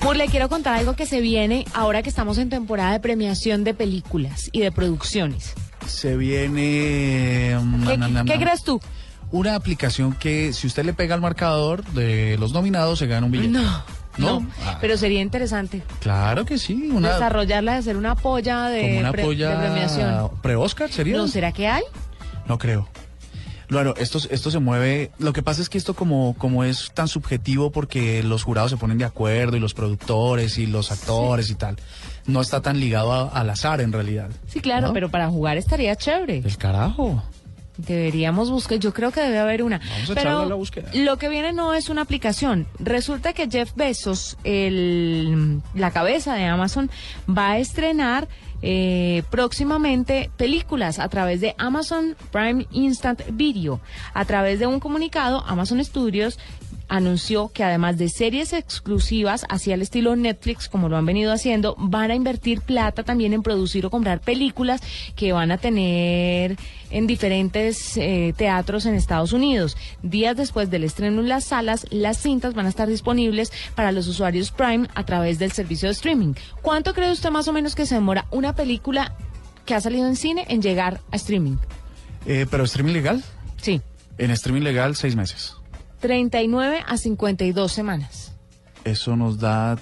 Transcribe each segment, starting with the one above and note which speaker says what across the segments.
Speaker 1: Mur, le quiero contar algo que se viene ahora que estamos en temporada de premiación de películas y de producciones.
Speaker 2: Se viene... mm,
Speaker 1: ¿Qué,
Speaker 2: na, na,
Speaker 1: qué
Speaker 2: na,
Speaker 1: crees tú?
Speaker 2: Una aplicación que si usted le pega al marcador de los nominados se gana un billete.
Speaker 1: No. No,
Speaker 2: No. Ah.
Speaker 1: pero sería interesante
Speaker 2: Claro que sí, una
Speaker 1: desarrollarla, hacer una polla de,
Speaker 2: como una
Speaker 1: pre-
Speaker 2: polla
Speaker 1: de premiación.
Speaker 2: pre-Oscar sería.
Speaker 1: ¿No será que hay?
Speaker 2: No creo. Claro, esto, esto se mueve. Lo que pasa es que esto como, como es tan subjetivo porque los jurados se ponen de acuerdo y los productores y los actores y tal. No está tan ligado a- al azar en realidad.
Speaker 1: Sí, claro,
Speaker 2: ¿No?
Speaker 1: pero para jugar estaría chévere.
Speaker 2: El carajo.
Speaker 1: Deberíamos buscar, yo creo que debe haber una.
Speaker 2: Vamos a
Speaker 1: Pero
Speaker 2: echarle a la búsqueda.
Speaker 1: lo que viene no es una aplicación. Resulta que Jeff Bezos, el, la cabeza de Amazon, va a estrenar eh, próximamente películas a través de Amazon Prime Instant Video. A través de un comunicado, Amazon Studios anunció que además de series exclusivas hacia el estilo Netflix, como lo han venido haciendo, van a invertir plata también en producir o comprar películas que van a tener en diferentes eh, teatros en Estados Unidos. Días después del estreno en las salas, las cintas van a estar disponibles para los usuarios Prime a través del servicio de streaming. ¿Cuánto cree usted más o menos que se demora una película que ha salido en cine en llegar a streaming?
Speaker 2: Eh, pero streaming legal.
Speaker 1: Sí,
Speaker 2: En streaming legal, seis meses.
Speaker 1: 39 a 52 semanas.
Speaker 2: Eso nos da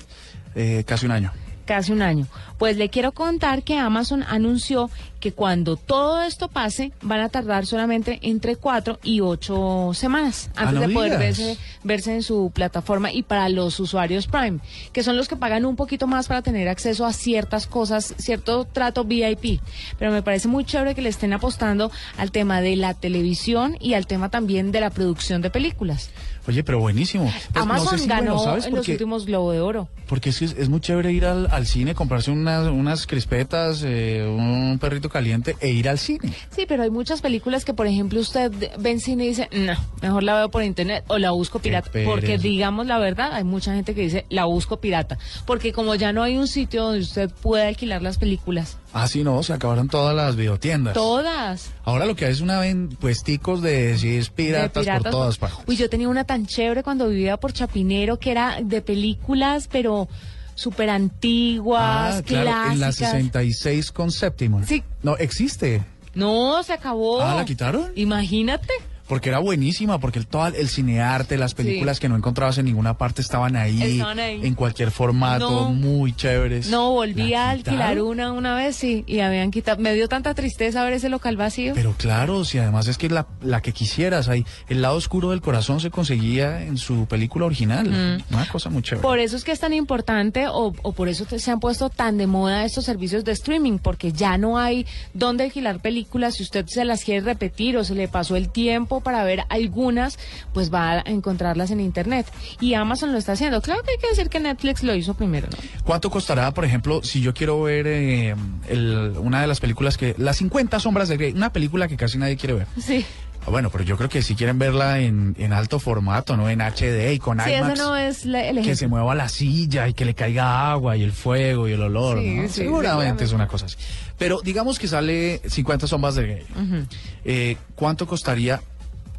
Speaker 2: eh, casi un año.
Speaker 1: casi un año. Pues le quiero contar que Amazon anunció que cuando todo esto pase van a tardar solamente entre 4 y 8 semanas
Speaker 2: Ah,
Speaker 1: antes
Speaker 2: no
Speaker 1: de poder
Speaker 2: digas.
Speaker 1: verse, verse en su plataforma y para los usuarios Prime, que son los que pagan un poquito más para tener acceso a ciertas cosas, cierto trato VIP. Pero me parece muy chévere que le estén apostando al tema de la televisión y al tema también de la producción de películas.
Speaker 2: Oye, pero buenísimo. Pues, no
Speaker 1: Amazon
Speaker 2: sé si, bueno,
Speaker 1: ganó
Speaker 2: ¿sabes?
Speaker 1: en los
Speaker 2: Porque-
Speaker 1: últimos Globo de Oro.
Speaker 2: Porque es, que es- es muy chévere ir al, al cine, comprarse unas, unas crispetas, eh, un perrito caliente e ir al cine.
Speaker 1: Sí, pero hay muchas películas que, por ejemplo, usted ve en cine y dice, no, mejor la veo por internet o la busco pirata.
Speaker 2: pereza.
Speaker 1: Porque digamos la verdad, hay mucha gente que dice, la busco pirata. Porque como ya no hay un sitio donde usted pueda alquilar las películas,
Speaker 2: Ah, sí, no, se acabaron todas las videotiendas.
Speaker 1: todas.
Speaker 2: Ahora lo que hay es una ven- puesticos de si es
Speaker 1: de
Speaker 2: piratas, por todas partes.
Speaker 1: Uy, yo tenía una tan chévere cuando vivía por Chapinero que era de películas, pero súper antiguas,
Speaker 2: ah, claro, en la
Speaker 1: clásicas.
Speaker 2: 66 con séptimo.
Speaker 1: Sí. Oh.
Speaker 2: No, existe.
Speaker 1: No, se acabó.
Speaker 2: Ah, ¿la quitaron?
Speaker 1: Imagínate.
Speaker 2: Porque era buenísima, porque el, todo el cinearte, las películas
Speaker 1: Sí.
Speaker 2: que no encontrabas en ninguna parte estaban ahí,
Speaker 1: Estaban ahí.
Speaker 2: en cualquier formato,
Speaker 1: No.
Speaker 2: muy chéveres.
Speaker 1: No, volví
Speaker 2: Pues, ¿La
Speaker 1: a alquilar
Speaker 2: quitaron?
Speaker 1: una una vez sí, y habían quitado. Me dio tanta tristeza ver ese local vacío.
Speaker 2: Pero claro, si además es que la, la que quisieras, ahí, el lado oscuro del corazón se conseguía en su película original. Una cosa muy chévere.
Speaker 1: Mm. Por eso es que es tan importante o, o por eso te- se han puesto tan de moda estos servicios de streaming, porque ya no hay dónde alquilar películas. Si usted se las quiere repetir o se le pasó el tiempo para ver algunas, pues va a encontrarlas en Internet. Y Amazon lo está haciendo. Claro que hay que decir que Netflix lo hizo primero, ¿no?
Speaker 2: ¿Cuánto costará, por ejemplo, si yo quiero ver eh, el- una de las películas que. Las 50 Sombras de Grey, una película que casi nadie quiere ver.
Speaker 1: Sí.
Speaker 2: Ah, Bueno, pero yo creo que si quieren verla en, en alto formato, ¿no? En HD y con
Speaker 1: Sí, ese
Speaker 2: IMAX.
Speaker 1: no es la- el
Speaker 2: que
Speaker 1: ejemplo.
Speaker 2: se mueva la silla y que le caiga agua y el fuego y el olor.
Speaker 1: Sí,
Speaker 2: ¿no?
Speaker 1: sí,
Speaker 2: seguramente
Speaker 1: seguramente.
Speaker 2: es una cosa así. Pero digamos que sale 50 sombras de gay.
Speaker 1: Mm.
Speaker 2: Eh, ¿Cuánto costaría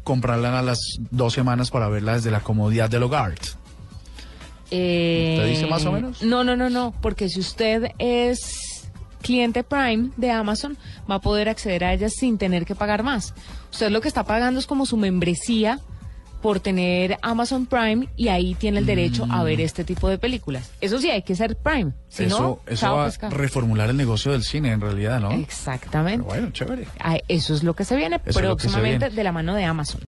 Speaker 2: comprarla a las dos semanas para verla desde la comodidad del hogar?
Speaker 1: Eh,
Speaker 2: ¿Usted dice más o menos?
Speaker 1: No, no, no, no, porque si usted es cliente Prime de Amazon, va a poder acceder a ellas sin tener que pagar más. Usted lo que está pagando es como su membresía por tener Amazon Prime y ahí tiene el derecho a ver este tipo de películas. Eso sí, hay que ser Prime. Si
Speaker 2: Mm. eso
Speaker 1: no,
Speaker 2: eso
Speaker 1: chao, pues,
Speaker 2: va a
Speaker 1: pescado.
Speaker 2: reformular el negocio del cine en realidad, ¿no?
Speaker 1: Exactamente.
Speaker 2: Pero bueno, chévere.
Speaker 1: Ah, Eso es lo que se viene
Speaker 2: es lo que se
Speaker 1: próximamente
Speaker 2: viene.
Speaker 1: de la mano de Amazon.